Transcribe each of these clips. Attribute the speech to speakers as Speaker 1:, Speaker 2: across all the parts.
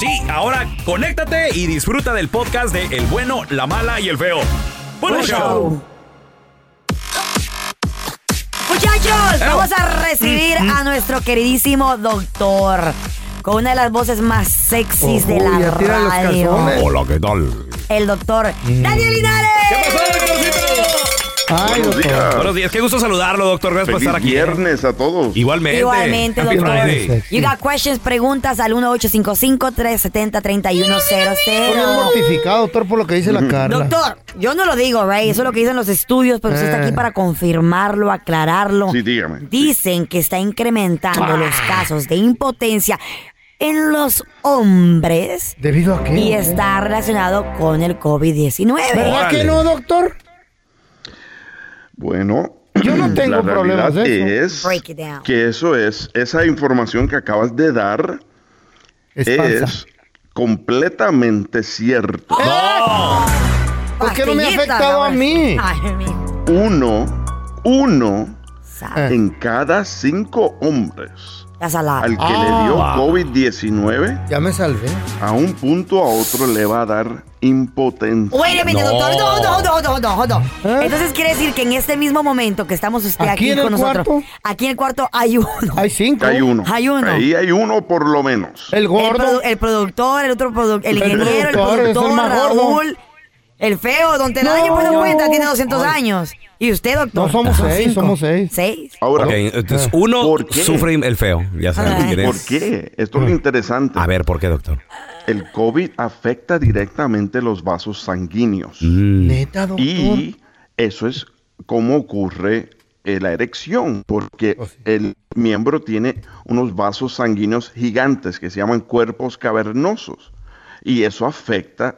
Speaker 1: Sí, ahora conéctate y disfruta del podcast de El bueno, la mala y el feo. Bueno, show.
Speaker 2: Muchachos, vamos a recibir
Speaker 3: Mm,
Speaker 2: a nuestro queridísimo doctor con una de las voces más sexys de la
Speaker 3: ya tira los
Speaker 2: radio.
Speaker 3: calzones. Mm.
Speaker 4: Hola, ¿qué tal?
Speaker 2: El doctor Daniel Linares.
Speaker 3: Buenos días.
Speaker 1: Buenos días, qué gusto saludarlo, doctor. Gracias por
Speaker 3: Feliz
Speaker 1: estar aquí.
Speaker 3: viernes a todos.
Speaker 1: Igualmente.
Speaker 2: Igualmente,
Speaker 1: Happy
Speaker 2: doctor.
Speaker 1: Friday.
Speaker 2: You got questions, preguntas al 1855-370-3100.
Speaker 5: mortificado, doctor, por lo que dice la Carla.
Speaker 2: Doctor, yo no lo digo, Ray. Eso es lo que dicen los estudios, pero usted está
Speaker 3: Eh.
Speaker 2: aquí para confirmarlo, aclararlo.
Speaker 3: Sí, dígame.
Speaker 2: Dicen que está incrementando los
Speaker 3: Ah.
Speaker 2: casos de impotencia en los hombres
Speaker 5: ¿Debido a
Speaker 2: y
Speaker 5: qué?
Speaker 2: está relacionado con el COVID-19.
Speaker 5: ¿Verdad que no, doctor?
Speaker 3: Bueno.
Speaker 5: Yo no tengo
Speaker 3: la
Speaker 5: problemas,
Speaker 3: realidad
Speaker 5: ¿eh?
Speaker 3: es
Speaker 2: Break it down.
Speaker 3: que eso es, esa información que acabas de dar
Speaker 5: Es
Speaker 3: es completamente cierto.
Speaker 5: ¿Por qué no me ha
Speaker 2: Pastillita,
Speaker 5: afectado a
Speaker 2: no,
Speaker 5: mí?
Speaker 2: Ay, mi-
Speaker 3: Uno, uno
Speaker 2: Sa-
Speaker 3: en cada cinco hombres
Speaker 2: La salada.
Speaker 3: al que le dio COVID-19,
Speaker 5: Ah. Ya me salvé.
Speaker 3: a un punto a otro le va a dar impotencia.
Speaker 2: Wait a minute, doctor. No, no, no, no, no, no. Entonces quiere decir que en este mismo momento que estamos usted
Speaker 5: ¿Eh? ¿Aquí
Speaker 2: aquí,
Speaker 5: en
Speaker 2: con
Speaker 5: el
Speaker 2: nosotros,
Speaker 5: cuarto?
Speaker 2: aquí en el cuarto hay uno.
Speaker 5: Hay cinco.
Speaker 3: Hay uno.
Speaker 2: Hay uno.
Speaker 3: Ahí hay uno por lo menos.
Speaker 5: El
Speaker 2: El, produ-
Speaker 5: gordo.
Speaker 2: el productor, el otro productor, el
Speaker 5: El
Speaker 2: ingeniero, el
Speaker 5: productor, es el
Speaker 2: productor,
Speaker 5: más gordo.
Speaker 2: Raúl, el feo, don Telaraño, por
Speaker 5: No.
Speaker 2: cuenta, tiene 200 años. ¿Y usted, doctor?
Speaker 5: No, somos
Speaker 2: Son
Speaker 5: seis,
Speaker 2: cinco.
Speaker 5: somos seis.
Speaker 2: ¿Seis?
Speaker 3: Ahora, Ah.
Speaker 6: Ok, entonces uno
Speaker 3: ¿Por qué?
Speaker 6: sufre el feo. Ya sabes
Speaker 2: Ay.
Speaker 6: quién
Speaker 3: ¿por
Speaker 6: es.
Speaker 3: qué? Esto es lo interesante.
Speaker 6: A ver, ¿por qué, doctor?
Speaker 3: El COVID afecta directamente los vasos sanguíneos.
Speaker 6: Mm.
Speaker 5: Neta, doctor.
Speaker 3: Y eso es como ocurre eh, la erección, porque
Speaker 5: Oh, sí.
Speaker 3: el miembro tiene unos vasos sanguíneos gigantes que se llaman cuerpos cavernosos. Y eso afecta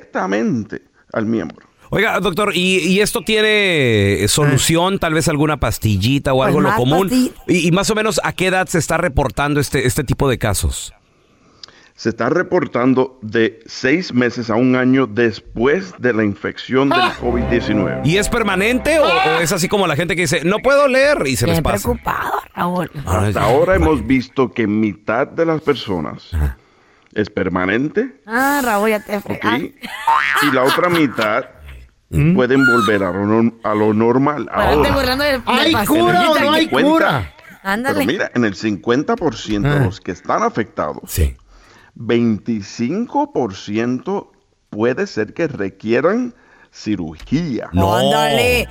Speaker 3: directamente al miembro.
Speaker 6: Oiga, doctor, ¿y, y esto tiene eh, solución? Tal vez alguna pastillita o
Speaker 2: Ah. Pues
Speaker 6: algo lo
Speaker 2: más
Speaker 6: común.
Speaker 2: pastill-
Speaker 6: Y, y más o menos, ¿a qué edad se está reportando este, este tipo de casos?
Speaker 3: Se está reportando de seis meses a un año después de la infección del COVID-19.
Speaker 6: ¿Y es permanente o, o es así como la gente que dice, no puedo leer y se les
Speaker 2: Bien
Speaker 6: pasa?
Speaker 2: preocupado, Raúl.
Speaker 6: Ay,
Speaker 3: Hasta ahora hemos visto que mitad de las personas es permanente
Speaker 2: Ah, Raúl, ya te
Speaker 3: ¿ok?
Speaker 2: fregaste.
Speaker 3: Y la otra mitad pueden volver a lo, nor- a lo normal.
Speaker 2: Ahora te
Speaker 3: Ahora,
Speaker 2: burlando del- del
Speaker 5: ¿Hay
Speaker 2: paciente.
Speaker 5: cura o no hay
Speaker 3: Cuenta.
Speaker 5: cura?
Speaker 3: pero
Speaker 2: Ándale.
Speaker 3: mira, en el 50% de
Speaker 5: Ah.
Speaker 3: los que están afectados,
Speaker 6: Sí.
Speaker 3: 25% puede ser que requieran cirugía.
Speaker 2: Ándale.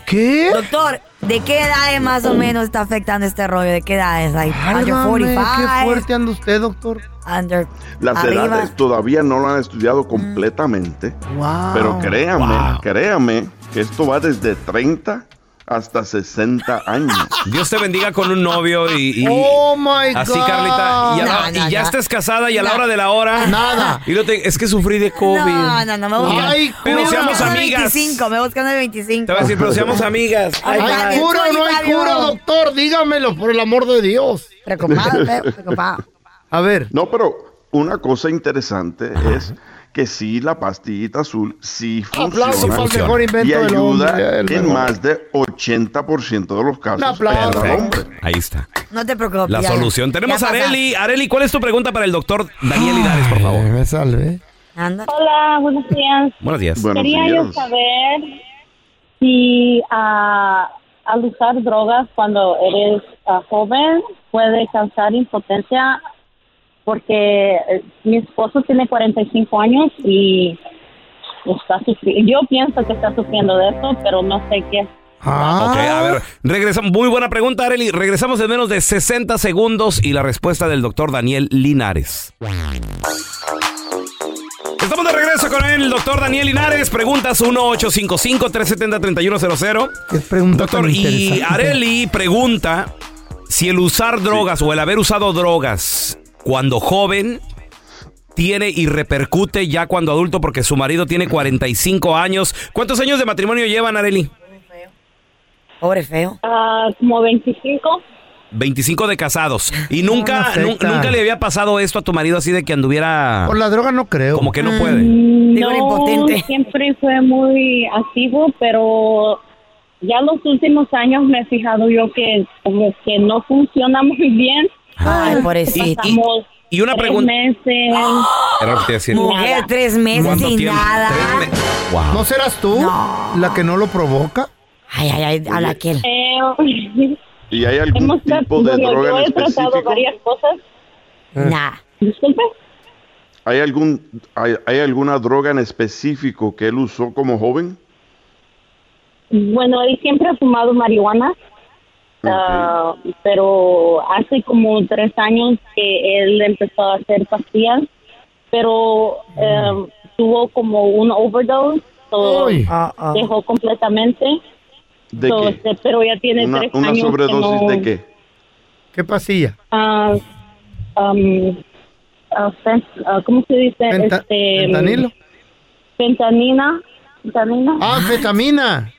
Speaker 2: Doctor, ¿de qué edades más o menos está afectando este rollo? ¿De qué edades? Like, under
Speaker 5: Válgame,
Speaker 2: 45.
Speaker 5: qué fuerte anda usted, doctor.
Speaker 2: Under.
Speaker 3: Las
Speaker 2: arriba.
Speaker 3: edades todavía no lo han estudiado completamente,
Speaker 5: Mm. Wow.
Speaker 3: pero créame, créame que esto va desde 30 hasta 60 años.
Speaker 6: Dios te bendiga con un novio y... y-
Speaker 5: Oh my
Speaker 6: Así,
Speaker 5: God.
Speaker 6: Carlita, y, a la-
Speaker 2: No, no,
Speaker 6: y ya
Speaker 2: no.
Speaker 6: estés casada y a la
Speaker 2: No.
Speaker 6: hora de la hora.
Speaker 5: Nada.
Speaker 6: Y lo te- es que sufrí de COVID.
Speaker 2: No, no, no, me buscan.
Speaker 5: Ay,
Speaker 6: Pero
Speaker 2: me
Speaker 6: seamos
Speaker 2: buscan de
Speaker 6: amigas.
Speaker 2: 25, me buscan de 25.
Speaker 6: Te voy a decir, pero seamos amigas.
Speaker 2: Ay,
Speaker 5: ¿Hay
Speaker 2: Fabio,
Speaker 5: cura o
Speaker 2: soy
Speaker 5: no hay
Speaker 2: Fabio.
Speaker 5: cura, doctor? Dígamelo, por el amor de Dios.
Speaker 2: Preocupado, feo, preocupado.
Speaker 5: A ver.
Speaker 3: No, pero una cosa interesante es que sí, la pastillita azul sí funciona.
Speaker 5: Aplauso para el
Speaker 6: funciona.
Speaker 5: mejor
Speaker 3: y
Speaker 5: invento del hombre.
Speaker 3: ayuda
Speaker 5: el
Speaker 3: en
Speaker 5: mejor.
Speaker 3: más de 80% de los casos.
Speaker 5: Un aplauso.
Speaker 3: para el hombre.
Speaker 6: Ahí está.
Speaker 2: No te preocupes.
Speaker 6: La
Speaker 2: ya, ya.
Speaker 6: solución. Tenemos
Speaker 2: Ya
Speaker 6: a
Speaker 2: pasa.
Speaker 6: Areli. Areli, ¿cuál es tu pregunta para el doctor Daniel Hidalgo, por favor?
Speaker 5: Me salve.
Speaker 2: Anda.
Speaker 7: Hola, buenos días.
Speaker 6: Buenos días.
Speaker 3: Buenos
Speaker 7: Quería yo
Speaker 3: días.
Speaker 7: saber si ah, al usar drogas cuando eres ah, joven puede causar impotencia porque eh, mi esposo tiene 45 años y está sufriendo. Yo pienso que está sufriendo de eso, pero no sé qué.
Speaker 5: Ah.
Speaker 6: Ok, a ver, regresamos. Muy buena pregunta, Areli. Regresamos en menos de 60 segundos y la respuesta del doctor Daniel Linares. Estamos de regreso con el doctor Daniel Linares. Preguntas 1855-370-3100.
Speaker 5: Qué pregunta tan
Speaker 6: Doctor, y
Speaker 5: interesante.
Speaker 6: Areli pregunta si el usar drogas o el haber usado drogas cuando joven tiene y repercute ya cuando adulto porque su marido tiene 45 años. ¿Cuántos años de matrimonio llevan, Areli?
Speaker 2: Pobre feo.
Speaker 7: Ah, como 25.
Speaker 6: 25 de casados. Y
Speaker 5: No
Speaker 6: nunca,
Speaker 5: me
Speaker 6: nu-
Speaker 5: afecta.
Speaker 6: nunca le había pasado esto a tu marido así de que anduviera
Speaker 5: Por la droga no creo.
Speaker 6: como que no puede.
Speaker 7: Mm,
Speaker 2: Digo, era impotente.
Speaker 7: siempre fue muy activo, pero ya los últimos años me he fijado yo que como que no funciona muy bien.
Speaker 2: Ay, pobrecito.
Speaker 7: Pasamos
Speaker 6: Y una
Speaker 7: tres
Speaker 6: pregunta.
Speaker 7: meses.
Speaker 6: Era lo que te iba a decir.
Speaker 2: Mujer, tres meses
Speaker 6: ¿Cuánto
Speaker 2: sin
Speaker 6: tiempo?
Speaker 2: nada.
Speaker 6: Tres me- Wow.
Speaker 5: ¿No serás tú
Speaker 2: No.
Speaker 5: la que no lo provoca?
Speaker 2: Ay, ay, ay, a la aquel.
Speaker 7: Eh,
Speaker 3: ¿Y hay algún
Speaker 7: hemos
Speaker 3: tipo Pues de
Speaker 7: bueno,
Speaker 3: droga
Speaker 7: yo
Speaker 3: en
Speaker 7: he tratado
Speaker 3: específico?
Speaker 7: varias cosas.
Speaker 5: Ah.
Speaker 2: Nah.
Speaker 7: Disculpe.
Speaker 3: ¿Hay, algún, hay, hay alguna droga en específico que él usó como joven?
Speaker 7: Bueno, él siempre ha fumado marihuana. ah, pero hace como tres años que él empezó a hacer pastillas, pero
Speaker 3: Mm.
Speaker 7: eh, tuvo como un overdose, so
Speaker 5: Uy.
Speaker 2: Ah, ah.
Speaker 7: dejó completamente,
Speaker 3: ¿De
Speaker 7: so,
Speaker 3: qué?
Speaker 7: este, pero ya tiene
Speaker 3: ¿Una,
Speaker 7: tres
Speaker 3: una
Speaker 7: años
Speaker 3: sobredosis
Speaker 7: que no,
Speaker 3: de qué?
Speaker 5: ¿Qué pasilla?
Speaker 7: ah, um, ah, fen- ah, ¿Cómo se dice?
Speaker 5: Fenta-
Speaker 7: Este,
Speaker 5: ¿Fentanilo?
Speaker 7: Fentanina. Fentanina.
Speaker 3: Ah,
Speaker 5: Anfetamina.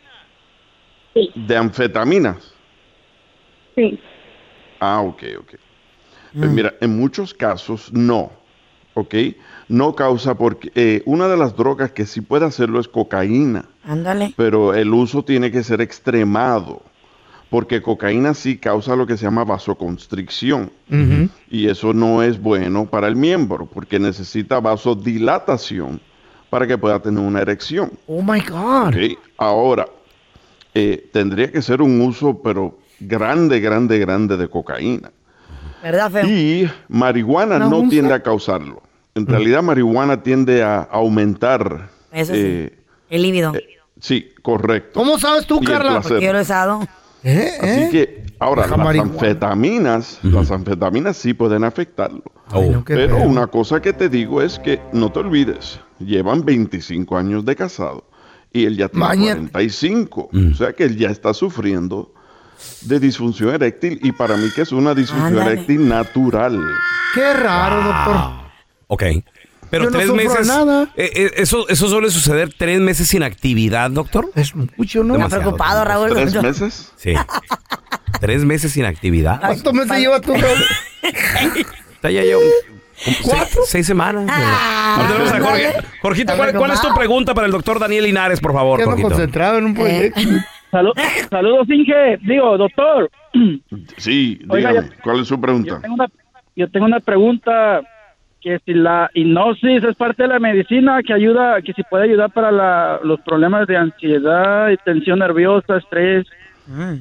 Speaker 7: Sí,
Speaker 3: ¿De anfetaminas?
Speaker 7: sí.
Speaker 3: Ah, ok, ok. Pues mira, en muchos casos no, ¿ok? No causa porque eh, una de las drogas que sí puede hacerlo es cocaína,
Speaker 2: Ándale.
Speaker 3: pero el uso tiene que ser extremado, porque cocaína sí causa lo que se llama vasoconstricción,
Speaker 5: Ujú.
Speaker 3: y eso no es bueno para el miembro, porque necesita vasodilatación para que pueda tener una erección.
Speaker 5: Oh my God.
Speaker 3: Ok, Ahora, eh, tendría que ser un uso, pero grande, grande, grande de cocaína.
Speaker 2: ¿Verdad, feo?
Speaker 3: Y marihuana
Speaker 5: ¿No
Speaker 3: no,
Speaker 5: usa? Mm.
Speaker 3: tiende a causarlo. En realidad, marihuana tiende a aumentar.
Speaker 2: Eso sí.
Speaker 3: eh,
Speaker 2: El líbido.
Speaker 3: sí, correcto.
Speaker 5: ¿Cómo sabes tú,
Speaker 3: Y el
Speaker 5: Carla?
Speaker 3: placer.
Speaker 2: Yo lo he usado.
Speaker 5: ¿Eh?
Speaker 3: Así
Speaker 5: ¿Eh?
Speaker 3: que, ahora,
Speaker 5: Deja
Speaker 3: las
Speaker 5: marihuana.
Speaker 3: anfetaminas, las anfetaminas sí pueden afectarlo.
Speaker 5: Oh. Ay, no, qué
Speaker 3: Pero
Speaker 5: feo.
Speaker 3: una cosa que te digo es que no te olvides, llevan 25 años de casado y él ya tiene
Speaker 5: Maña-
Speaker 3: 45.
Speaker 5: Mm.
Speaker 3: O sea que él ya está sufriendo de disfunción eréctil y para mí que es una disfunción
Speaker 2: Ándale.
Speaker 3: eréctil natural.
Speaker 5: Qué raro, doctor.
Speaker 6: Ok. Pero
Speaker 5: Yo no
Speaker 6: tres
Speaker 5: sufro
Speaker 6: meses.
Speaker 5: nada.
Speaker 6: eh, eh, eso, eso suele suceder tres meses sin actividad, doctor.
Speaker 5: Es mucho, ¿no?
Speaker 2: Está
Speaker 6: Demasiado.
Speaker 2: preocupado, Raúl.
Speaker 3: ¿Tres meses?
Speaker 6: Sí. tres meses sin actividad.
Speaker 5: ¿Cuántos meses llevas tú, Raúl?
Speaker 6: Está ya llevo como Seis, seis semanas.
Speaker 2: Ah,
Speaker 6: Ahora tenemos a Jorge.
Speaker 2: ándale.
Speaker 6: Jorgito,
Speaker 2: Está
Speaker 6: ¿cuál, cuál es tu
Speaker 2: renovado.
Speaker 6: pregunta para el doctor Daniel Linares, por favor,
Speaker 5: Que ando
Speaker 6: Jorgito?
Speaker 5: concentrado
Speaker 2: Eh.
Speaker 5: en un proyecto.
Speaker 7: Saludos, Inge. Digo, doctor,
Speaker 3: Sí,
Speaker 7: Oiga,
Speaker 3: dígame, ¿cuál es su pregunta?
Speaker 7: yo tengo una, yo tengo una pregunta que si la hipnosis es parte de la medicina que ayuda, que si puede ayudar para la- los problemas de ansiedad, y tensión nerviosa, estrés.
Speaker 5: Ah.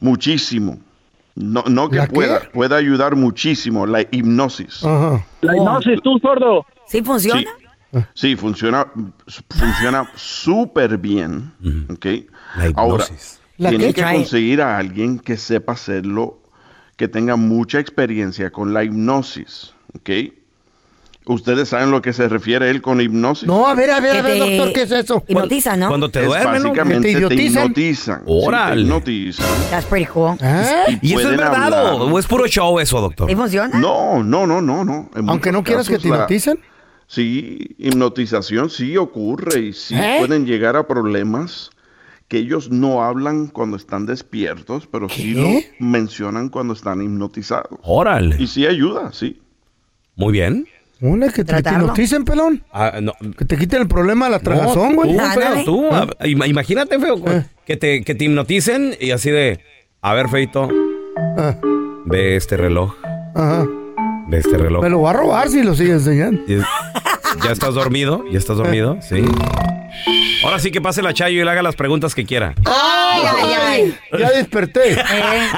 Speaker 3: Muchísimo. No, no que
Speaker 5: ¿La qué?
Speaker 3: pueda, puede ayudar muchísimo la hipnosis.
Speaker 5: Ajá.
Speaker 7: La hipnosis, tú sordo.
Speaker 2: ¿Sí funciona?
Speaker 3: Sí. Sí, funciona funciona súper bien. ¿ok? Ahora,
Speaker 8: La
Speaker 3: tienen
Speaker 8: que-
Speaker 3: que conseguir a alguien que sepa hacerlo, que tenga mucha experiencia con la hipnosis. ¿ok? ¿Ustedes saben lo que se refiere él con hipnosis?
Speaker 5: No, a ver, a ver,
Speaker 2: Que
Speaker 5: a ver,
Speaker 2: te
Speaker 5: doctor, ¿qué es eso?
Speaker 2: hipnotiza, ¿no? Cuando te
Speaker 3: Es
Speaker 2: duermen, ¿no?
Speaker 3: Básicamente
Speaker 2: Que te
Speaker 3: te
Speaker 2: idiotizan.
Speaker 3: hipnotizan. sí,
Speaker 6: Órale.
Speaker 3: te hipnotizan.
Speaker 2: That's pretty cool.
Speaker 5: ¿Ah?
Speaker 6: ¿Y eso es
Speaker 3: pueden
Speaker 6: verdad o-
Speaker 3: hablar.
Speaker 6: o es puro show eso, doctor?
Speaker 2: ¿Y funciona?
Speaker 3: No, no, no, no, no. En
Speaker 5: Aunque
Speaker 3: muchos
Speaker 5: no quieras que
Speaker 3: casos
Speaker 5: te
Speaker 3: la-
Speaker 5: hipnoticen.
Speaker 3: Sí, hipnotización sí ocurre y sí
Speaker 5: ¿Eh?
Speaker 3: pueden llegar a problemas que ellos no hablan cuando están despiertos, pero sí lo mencionan cuando están hipnotizados.
Speaker 6: Órale.
Speaker 3: Y sí ayuda, sí.
Speaker 6: Muy bien.
Speaker 5: Una que te
Speaker 6: Tratarlo.
Speaker 5: hipnoticen, pelón.
Speaker 6: Ah, no.
Speaker 5: Que te quiten el problema de la tragazón,
Speaker 6: No,
Speaker 5: güey. ¿Eh?
Speaker 6: Tú, feo, tú. Ah, ima- Imagínate, feo, que te, que te hipnoticen y así de, a ver, feito,
Speaker 5: Ah,
Speaker 6: ve este reloj,
Speaker 5: ajá.
Speaker 6: ve este reloj.
Speaker 5: Me lo va a robar si lo sigue enseñando.
Speaker 6: Y- ¿Ya estás dormido? ¿Ya
Speaker 5: Eh.
Speaker 6: estás dormido? Sí. Ahora sí que pase la chayo y le haga las preguntas que quiera.
Speaker 2: Ay, ay, ay.
Speaker 5: Ya desperté.
Speaker 2: Eh, de
Speaker 3: Ahí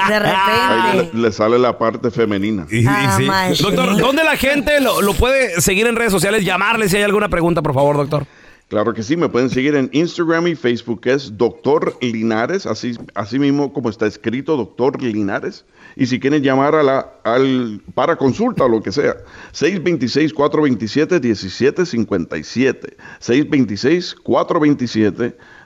Speaker 2: repente.
Speaker 3: le, le sale la parte femenina.
Speaker 2: Ah,
Speaker 6: Sí.
Speaker 2: manches.
Speaker 6: Doctor, ¿dónde la gente lo, lo puede seguir en redes sociales? Llamarle si hay alguna pregunta, por favor, doctor.
Speaker 3: Claro que sí, me pueden seguir en Instagram y Facebook, que es Doctor Linares, así, así mismo como está escrito, Doctor Linares. Y si quieren llamar a la, al, para consulta o lo que sea, 626-427-1757. 626-427-1757.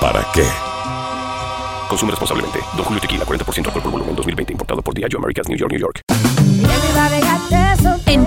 Speaker 4: ¿para qué?
Speaker 9: Consume responsablemente. Don Julio Tequila 40% alcohol por volumen 2020 importado por Diageo Americas New York New York.
Speaker 10: En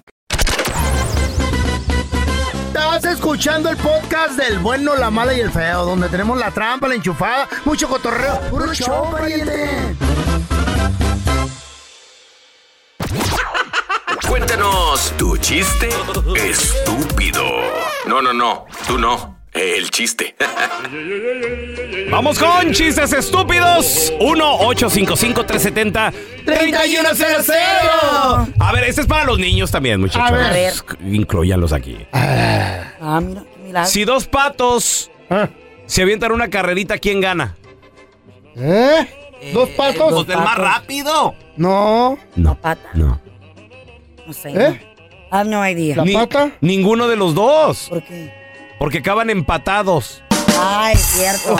Speaker 5: Estás escuchando el podcast del bueno, la mala y el feo, donde tenemos la trampa, la enchufada, mucho cotorreo. ¡Puro show, pariente!
Speaker 11: Cuéntanos tu chiste estúpido. No, no, no, tú no. El chiste.
Speaker 6: Vamos con chistes estúpidos. 1-855-370-3100. A ver, este es para los niños también, muchachos.
Speaker 2: A ver. A ver.
Speaker 6: Incluyanlos aquí.
Speaker 2: Ah, mira, qué milagro.
Speaker 6: Si dos patos se avientan una carrerita, ¿quién gana?
Speaker 5: ¿Eh? ¿Dos patos?
Speaker 6: Pues el más rápido.
Speaker 5: No.
Speaker 6: No. No.
Speaker 2: No sé.
Speaker 5: ¿Eh?
Speaker 2: I have no idea.
Speaker 6: Ni- Ninguno de los dos. ¿Por
Speaker 2: qué?
Speaker 6: Porque acaban empatados.
Speaker 2: Ay, cierto.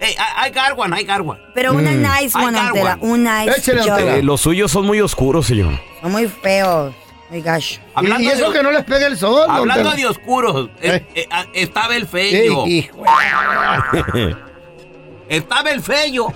Speaker 6: Hey, I, I got one, I got one.
Speaker 2: Pero una
Speaker 6: Mm.
Speaker 2: nice
Speaker 6: I
Speaker 2: one,
Speaker 6: got
Speaker 2: Antela.
Speaker 6: one.
Speaker 2: Un nice job.
Speaker 6: Eh, los suyos son muy oscuros, señor.
Speaker 2: Son muy feos. Muy gosh.
Speaker 5: y eso que no les pega el sol. don Tela.
Speaker 6: oscuros, eh, ah, estaba el
Speaker 5: Ey, hijo.
Speaker 6: Estaba el feyo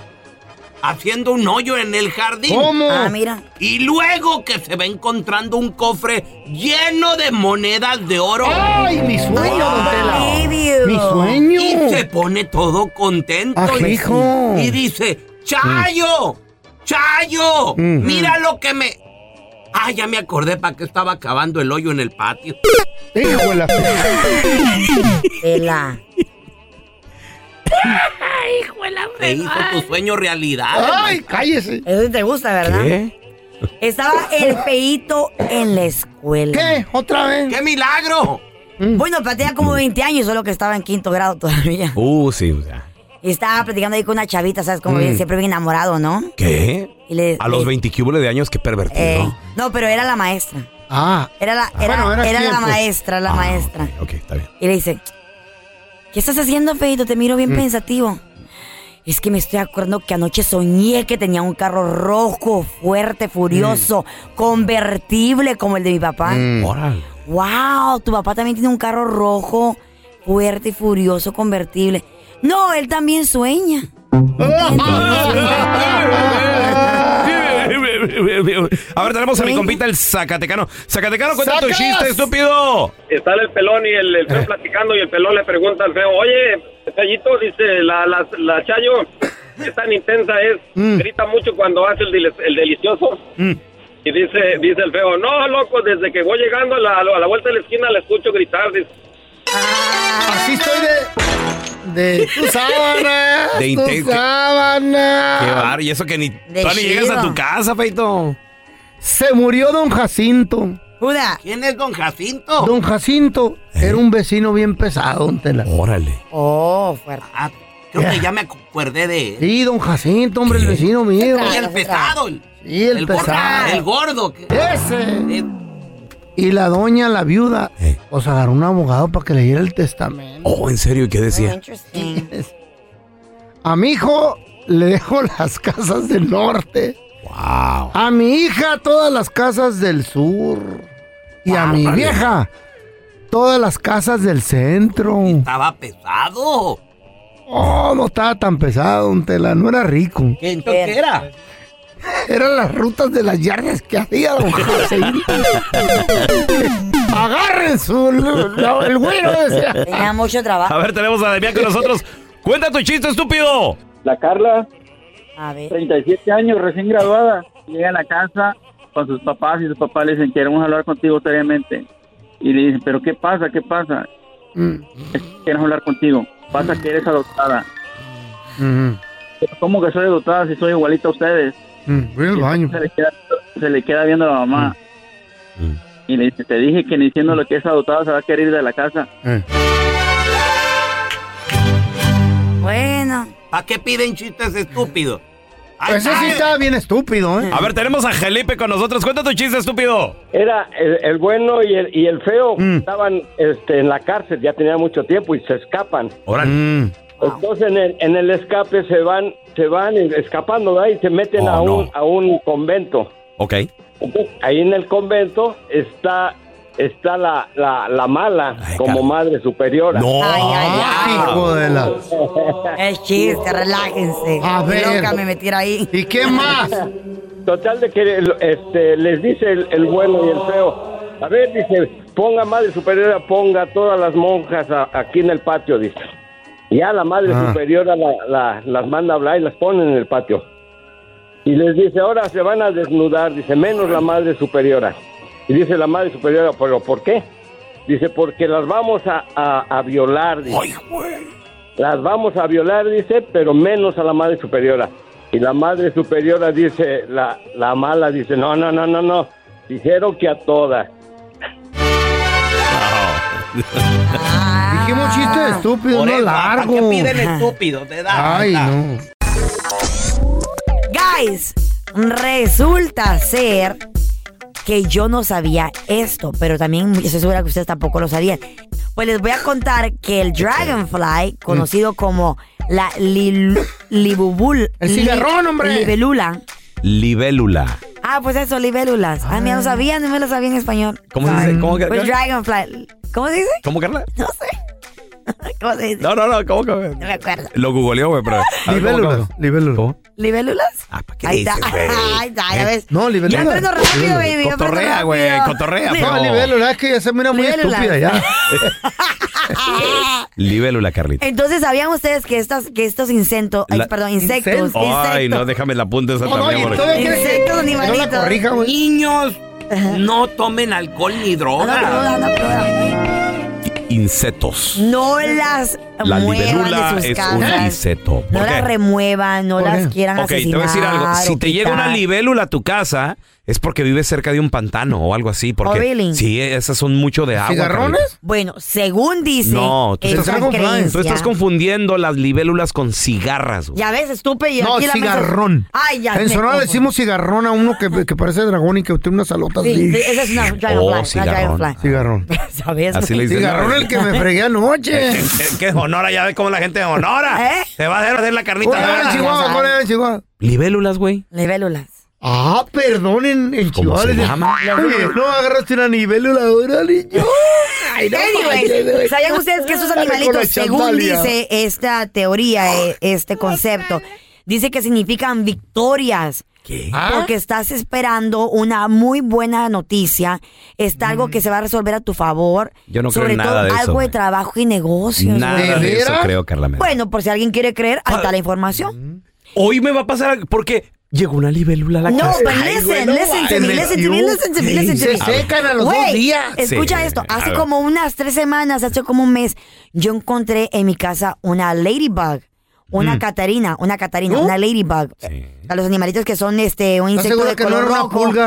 Speaker 6: haciendo un hoyo en el jardín.
Speaker 5: ¿Cómo?
Speaker 2: Ah, mira.
Speaker 6: Y luego que se va encontrando un cofre lleno de monedas de oro.
Speaker 5: ¡Ay, mi sueño, don Tela!
Speaker 2: Baby.
Speaker 5: ¡Mi sueño!
Speaker 6: Y se pone todo contento.
Speaker 5: Ah,
Speaker 6: y,
Speaker 5: hijo.
Speaker 6: y dice, Chayo, Chayo,
Speaker 5: Mm.
Speaker 6: mira lo que me... Ah, ya me acordé para qué estaba acabando el hoyo en el patio.
Speaker 5: Hijo de la-
Speaker 2: Tela.
Speaker 6: Se hizo tu sueño realidad.
Speaker 5: ¡Ay, cállese!
Speaker 2: Eso sí te gusta, ¿verdad? Estaba el peito en la escuela.
Speaker 5: ¿Qué? ¿Otra vez? Mm.
Speaker 6: ¡Qué milagro!
Speaker 2: Bueno, pero tenía como 20 años, solo que estaba en quinto grado todavía.
Speaker 6: Uh, sí. o sea,
Speaker 2: Y estaba platicando ahí con una chavita, ¿sabes? Como
Speaker 6: Mm.
Speaker 2: bien, siempre bien enamorado, ¿no?
Speaker 6: ¿Qué?
Speaker 2: Y le-
Speaker 6: A los 20 cúbole de años, qué pervertido.
Speaker 2: Eh, no, pero era la maestra.
Speaker 5: Ah.
Speaker 2: Era la, era,
Speaker 5: Bueno, era Ah,
Speaker 2: era la
Speaker 5: tiempos.
Speaker 2: maestra, la maestra.
Speaker 6: está bien.
Speaker 2: Y le dice, ¿qué estás haciendo, Feito? Te miro bien
Speaker 6: Mm.
Speaker 2: pensativo. Es que me estoy acordando que anoche soñé que tenía un carro rojo, fuerte, furioso,
Speaker 5: Mm.
Speaker 2: convertible como el de mi papá.
Speaker 6: Órale.
Speaker 2: ¡Wow! Tu papá también tiene un carro rojo, fuerte y furioso, convertible. No, él también sueña.
Speaker 6: A ver, tenemos a mi compita el Zacatecano. Zacatecano, cuenta tu chiste, estúpido.
Speaker 8: Está el pelón y el, el feo platicando y el pelón le pregunta al feo, oye, Chayito, dice, la, la, la Chayo, ¿qué tan intensa es? Grita mucho cuando hace el, dile- el delicioso. Y dice, dice el feo, no, loco, desde que voy llegando a la, a la vuelta de la esquina le escucho gritar. Dice,
Speaker 5: Así estoy de. De tu sábana.
Speaker 6: De
Speaker 5: tu
Speaker 6: inten-
Speaker 5: sábana.
Speaker 6: Qué bar, y eso que ni, todavía ni llegas a tu casa, Feito.
Speaker 5: Se murió don Jacinto.
Speaker 12: ¿Quién es don Jacinto?
Speaker 6: Oh.
Speaker 5: Don Jacinto era un vecino bien pesado, don Tela.
Speaker 6: Eh. Órale.
Speaker 5: Oh, fuerte.
Speaker 12: Ah, Creo que ya me acuerdé de él.
Speaker 5: Sí, don Jacinto, hombre, el vecino mío.
Speaker 12: Y el pesado. El,
Speaker 5: Sí, el,
Speaker 12: el gordo,
Speaker 5: pesado.
Speaker 12: el gordo. que-
Speaker 5: Ese. Y la doña, la viuda, os agarró un abogado para que leyera el testamento.
Speaker 6: Eh. Oh, ¿en serio? ¿Y ¿Qué decía?
Speaker 5: A mi hijo le dejo las casas del norte.
Speaker 6: Wow.
Speaker 5: A mi hija todas las casas del sur. Y a mi
Speaker 12: Bárbaro.
Speaker 5: vieja todas las casas del centro.
Speaker 12: Estaba pesado.
Speaker 5: Oh, no estaba tan pesado, don Tela. No era rico.
Speaker 12: ¿Qué entonces qué era?
Speaker 5: Eran las rutas de las yardas que hacía don Jacinto. Agarren su... lo- el güero decía.
Speaker 2: Tenía mucho trabajo.
Speaker 6: A ver, tenemos a Demián con nosotros. Cuenta tu chiste, estúpido.
Speaker 13: La Carla,
Speaker 2: A ver.
Speaker 13: 37 años, recién graduada, llega a la casa con sus papás y sus papás le dicen, queremos hablar contigo seriamente. Y le dicen, pero ¿qué pasa? ¿Qué pasa?
Speaker 5: Mm.
Speaker 13: Queremos hablar contigo. Pasa que eres adoptada.
Speaker 5: Mm.
Speaker 13: "¿Pero ¿Cómo que soy adoptada si soy igualita a ustedes?
Speaker 5: Voy al baño. Mm.
Speaker 13: Se le queda, se le queda viendo a la mamá. Y le dice, te dije que ni siendo lo que es adoptada se va a querer ir de la casa.
Speaker 2: Bueno.
Speaker 12: ¿Para qué piden chistes estúpidos?
Speaker 5: Ese Pues sí estaba bien estúpido, ¿eh?
Speaker 6: A ver, tenemos a Felipe con nosotros. Cuenta tu chiste, estúpido.
Speaker 14: Era el, el bueno y el, y el feo estaban este, en la cárcel, ya tenían mucho tiempo y se escapan.
Speaker 6: Órale.
Speaker 5: Mm.
Speaker 14: Entonces en el, en el escape se van, se van escapando ¿verdad? y se meten
Speaker 6: Oh,
Speaker 14: a, un,
Speaker 6: no.
Speaker 14: a un convento.
Speaker 6: Ok.
Speaker 14: Entonces, ahí en el convento está está la, la, la mala como madre superiora.
Speaker 6: No. Ay,
Speaker 2: ay, ay.
Speaker 5: hijo de la-
Speaker 2: Es chiste, relájense. A
Speaker 14: ver.
Speaker 2: Loca me metiera ahí.
Speaker 5: ¿Y qué más?
Speaker 14: Total de que el- este, les dice el, el bueno y el feo, a ver, dice, ponga madre superiora, ponga todas las monjas a- aquí en el patio, dice. Ya la madre
Speaker 15: Ah.
Speaker 14: superiora la- la- las manda a hablar y las pone en el patio. Y les dice, ahora se van a desnudar, dice, menos la madre superiora. Y dice la madre superiora, pero ¿por qué? Dice, porque las vamos a, a- a violar, dice. Las vamos a violar, dice, pero menos a la madre superiora. Y la madre superiora dice, la, la mala dice, no, no, no, no, no. Dijeron que a todas.
Speaker 5: Dijimos chiste
Speaker 2: Ah.
Speaker 5: estúpido,
Speaker 12: Por
Speaker 5: no
Speaker 12: eso, ¿pa'
Speaker 5: largo.
Speaker 12: qué piden estúpidos? De edad,
Speaker 5: Ay,
Speaker 12: de edad.
Speaker 5: no.
Speaker 2: Guys, resulta ser que yo no sabía esto, pero también estoy segura que ustedes tampoco lo sabían. Pues les voy a contar que el Dragonfly,
Speaker 5: Mm.
Speaker 2: conocido como la lil- libubul...
Speaker 6: El
Speaker 2: li-
Speaker 6: cigarrón, hombre.
Speaker 2: Libélula.
Speaker 6: Libélula.
Speaker 2: Ah, pues eso, libélulas. Ah, mira, no sabía, no me lo sabía en español.
Speaker 6: ¿Cómo se dice? ¿Cómo que-
Speaker 2: Pues Dragonfly. ¿Cómo se dice?
Speaker 6: ¿Cómo, Carla?
Speaker 2: ¿Cómo se dice?
Speaker 6: No, no, no, ¿cómo que?
Speaker 2: No me acuerdo.
Speaker 6: Lo googleó, güey, pero.
Speaker 5: Libélula. Libélula.
Speaker 2: ¿Libélulas? Ah,
Speaker 6: qué
Speaker 2: Ahí está.
Speaker 6: dices, güey? Eh,
Speaker 2: Ahí está, ya ves.
Speaker 5: No, libélula.
Speaker 2: Ya aprendo rápido, baby. yo aprendo
Speaker 6: Cotorrea,
Speaker 2: rápido.
Speaker 6: güey, cotorrea,
Speaker 5: No,
Speaker 6: pero-
Speaker 5: libélula, es que ya se mira muy
Speaker 2: Libélula.
Speaker 5: estúpida ya.
Speaker 6: Libélula, Carlita.
Speaker 2: Ah, Entonces, ¿sabían ustedes que estas, que estos insectos,
Speaker 6: La-
Speaker 2: perdón, insectos,
Speaker 6: Ay, no, déjame la punta esa también. porque-
Speaker 2: insectos, animalitos,
Speaker 12: Niños, no tomen alcohol ni droga.
Speaker 6: In- ulicetos.
Speaker 2: No las
Speaker 6: La
Speaker 2: muevan de
Speaker 6: libélula
Speaker 2: sus
Speaker 6: es un
Speaker 2: casas.
Speaker 6: liceto.
Speaker 2: No
Speaker 6: ¿Por qué?
Speaker 2: las remuevan, no las quieran
Speaker 6: Ok, te
Speaker 2: asesinar.
Speaker 6: voy a decir algo. Si
Speaker 2: o
Speaker 6: te llega una
Speaker 2: quitar.
Speaker 6: libélula a tu casa, es porque vives cerca de un pantano o algo así. Porque
Speaker 2: Oh, really?
Speaker 6: Sí, esas son mucho de agua. Carlita.
Speaker 2: Bueno, según dice
Speaker 6: Ah, No, tú
Speaker 2: esta
Speaker 6: estás, tú
Speaker 2: creencia-
Speaker 6: estás confundiendo las libélulas con cigarras. güey.
Speaker 2: Ya ves, estúpido.
Speaker 5: No,
Speaker 2: aquí la mesa-
Speaker 5: cigarrón.
Speaker 2: Ay, ya
Speaker 5: En
Speaker 2: sé.
Speaker 5: Sonora decimos cigarrón a uno que, que parece dragón y que tiene unas alotas.
Speaker 2: Sí,
Speaker 5: así.
Speaker 2: sí, esa es una dragonfly.
Speaker 6: Oh,
Speaker 2: una
Speaker 6: cigarrón.
Speaker 2: dragonfly.
Speaker 5: Cigarrón.
Speaker 2: ¿Sabes?
Speaker 6: Así le dicen.
Speaker 5: Cigarrón el que me fregué
Speaker 6: Eh,
Speaker 5: anoche.
Speaker 6: eh, eh, ¿Qué es Honora? Ya ves cómo la gente de Honora.
Speaker 2: ¿Eh?
Speaker 6: Te va a hacer, hacer la carnita.
Speaker 5: Hola,
Speaker 6: asada.
Speaker 5: Chihuahua, hola, Chihuahua.
Speaker 6: Libélulas, güey.
Speaker 2: Libélulas.
Speaker 5: Ah, perdón, en, en
Speaker 6: ¿Cómo
Speaker 5: Chihuahua.
Speaker 6: se
Speaker 5: les-
Speaker 6: llama?
Speaker 5: Oye, no agarraste una niveladora, niño. Ay, no manches, güey.
Speaker 2: Anyways, sabían ustedes que estos
Speaker 5: Dale con la
Speaker 2: animalitos, según
Speaker 5: chandalia.
Speaker 2: dice esta teoría, eh, este concepto, dice que significan victorias.
Speaker 5: Ah.
Speaker 2: Porque estás esperando una muy buena noticia, está
Speaker 5: Mm.
Speaker 2: algo que se va a resolver a tu favor.
Speaker 6: Yo no creo
Speaker 2: sobre
Speaker 6: en nada
Speaker 2: todo
Speaker 6: de eso,
Speaker 2: algo de
Speaker 6: güey.
Speaker 2: trabajo y negocios.
Speaker 6: Nada
Speaker 2: güey.
Speaker 6: de eso creo, Carla. Medrano.
Speaker 2: Bueno, por si alguien quiere creer, ahí está la información.
Speaker 6: Hoy me va a pasar algo, porque llegó una libélula a la
Speaker 2: No,
Speaker 6: casa.
Speaker 2: but
Speaker 6: Ay,
Speaker 2: listen,
Speaker 6: güey, no
Speaker 2: listen to me,
Speaker 6: vale.
Speaker 2: listen to me, listen to me, listen to me.
Speaker 6: Sí, se secan a los
Speaker 2: Güey,
Speaker 6: dos días.
Speaker 2: Escucha
Speaker 6: Sí,
Speaker 2: esto, hace
Speaker 6: a ver.
Speaker 2: como unas tres semanas, hace como un mes, yo encontré en mi casa una ladybug, una
Speaker 6: Mm.
Speaker 2: catarina, una catarina, una ladybug. A los animalitos que son este un
Speaker 5: ¿Estás
Speaker 2: insecto
Speaker 5: segura
Speaker 2: de
Speaker 5: que no
Speaker 2: color
Speaker 5: era una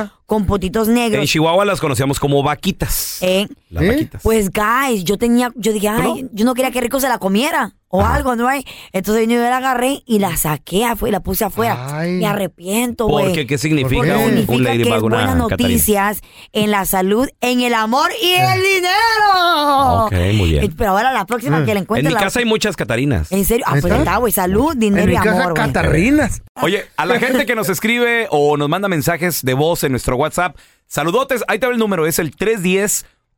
Speaker 2: rojo con puntitos
Speaker 6: En
Speaker 2: negros.
Speaker 6: Chihuahua las conocíamos como vaquitas.
Speaker 2: ¿eh?
Speaker 6: Las vaquitas.
Speaker 2: Pues guys, yo tenía, yo dije, ay, yo no quería que Rico se la comiera o algo, ¿no? hay? Entonces yo la agarré y la saqué afuera, la puse afuera. Me arrepiento, güey.
Speaker 6: Porque, ¿qué significa
Speaker 2: Porque
Speaker 6: Eh, un- un
Speaker 2: significa que
Speaker 6: ladybug,
Speaker 2: es
Speaker 6: una
Speaker 2: buenas
Speaker 6: Catarina?
Speaker 2: noticias en la salud, en el amor y el
Speaker 5: Eh.
Speaker 2: dinero.
Speaker 6: Ok, muy bien.
Speaker 2: Eh, Pero ahora la
Speaker 5: Mm.
Speaker 2: próxima que la
Speaker 6: en
Speaker 2: encuentre
Speaker 6: mi
Speaker 2: la-
Speaker 6: casa hay muchas catarinas.
Speaker 2: En serio, ah, pues
Speaker 6: ¿Neta?
Speaker 2: está, güey, salud, dinero
Speaker 6: mi
Speaker 2: y
Speaker 6: casa,
Speaker 2: amor, güey.
Speaker 6: Catarrinas. Oye, a la gente que nos escribe o nos manda mensajes de voz en nuestro WhatsApp, saludotes, ahí te va el número, es el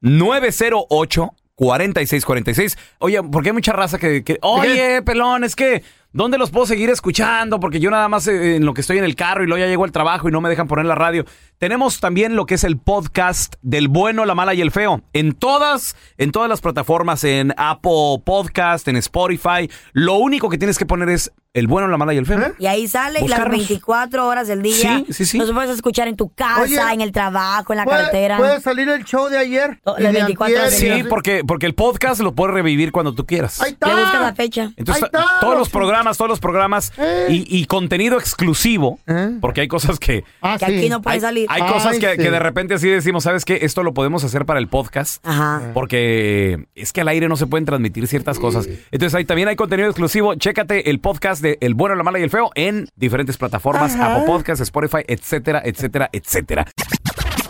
Speaker 6: 310-908. 4646. Oye, porque hay mucha raza que, que- Oye, pelón, es que. ¿Dónde los puedo seguir escuchando? Porque yo nada más eh, en lo que estoy en el carro y luego ya llego al trabajo y no me dejan poner la radio. Tenemos también lo que es el podcast del bueno, la mala y el feo. En todas, en todas las plataformas, en Apple Podcast, en Spotify. Lo único que tienes que poner es el bueno, la mala y el feo.
Speaker 2: Y ahí sale las
Speaker 6: Buscarnos.
Speaker 2: 24 horas del día.
Speaker 6: Sí, sí, sí.
Speaker 2: Los puedes escuchar en tu casa,
Speaker 5: Oye,
Speaker 2: en el trabajo, en la
Speaker 5: ¿Puede-
Speaker 2: carretera. Oh,
Speaker 5: ¿Puede salir el show de ayer?
Speaker 2: Las
Speaker 5: Y de
Speaker 2: 24
Speaker 5: antier, y
Speaker 6: Sí,
Speaker 5: así.
Speaker 6: porque, porque el podcast lo puedes revivir cuando tú quieras.
Speaker 5: Ahí está.
Speaker 2: Le buscas la fecha.
Speaker 6: Entonces,
Speaker 2: Ahí está. Eh.
Speaker 6: todos los programas, todos los programas y, y contenido exclusivo, porque hay cosas que...
Speaker 2: Ah, Que sí. aquí no puede
Speaker 6: hay,
Speaker 2: salir.
Speaker 6: Hay
Speaker 2: Ay,
Speaker 6: cosas que,
Speaker 2: sí.
Speaker 6: que de repente así decimos, ¿sabes qué? Esto lo podemos hacer para el podcast,
Speaker 2: Ajá.
Speaker 6: porque es que al aire no se pueden transmitir ciertas cosas. Entonces, ahí también hay contenido exclusivo. Chécate el podcast de El Bueno, la Mala y el Feo en diferentes plataformas,
Speaker 2: Ajá.
Speaker 6: Apple Podcast, Spotify, etcétera, etcétera, etcétera.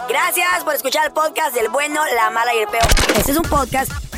Speaker 2: Gracias por escuchar el podcast del bueno, la mala y el peor. Este es un podcast